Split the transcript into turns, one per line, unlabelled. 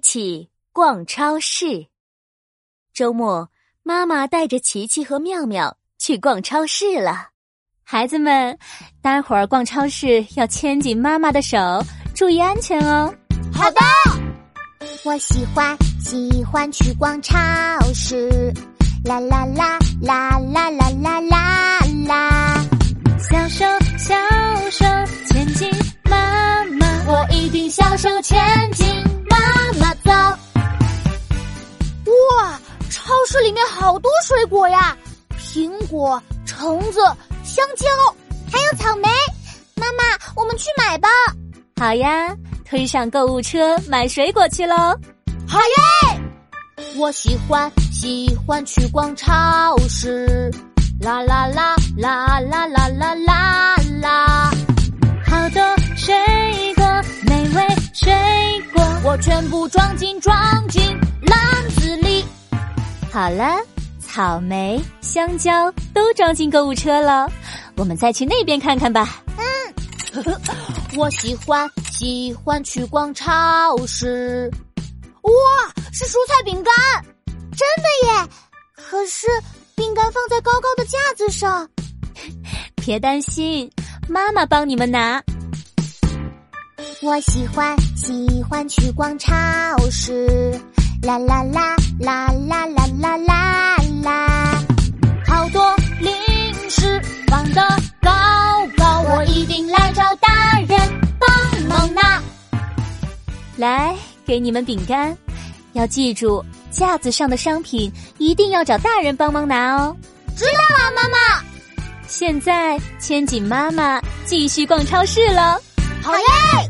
琪逛超市。周末，妈妈带着琪琪和妙妙去逛超市了。
孩子们，待会儿逛超市要牵紧妈妈的手，注意安全哦。
好的。
我喜欢喜欢去逛超市，啦啦啦啦啦啦啦啦啦，
小手小手牵紧妈妈，
我一定小手牵紧妈妈走。
哇，超市里面好多水果呀，苹果、橙子、香蕉，
还有草莓。
妈妈，我们去买吧。
好呀。推上购物车买水果去喽！
好耶！
我喜欢喜欢去逛超市，啦啦啦啦啦啦啦啦啦，
好多水果，美味水果，
我全部装进装进篮子里。
好了，草莓、香蕉都装进购物车了，我们再去那边看看吧。
嗯，我喜欢。喜欢去逛超市，
哇，是蔬菜饼干，
真的耶！可是饼干放在高高的架子上，
别担心，妈妈帮你们拿。
我喜欢喜欢去逛超市，啦啦啦啦啦啦啦啦啦，
好多零食放得高高，我一定来找大人。帮忙拿，
来给你们饼干，要记住架子上的商品一定要找大人帮忙拿哦。
知道了，妈妈。
现在牵紧妈妈，继续逛超市喽。
好耶！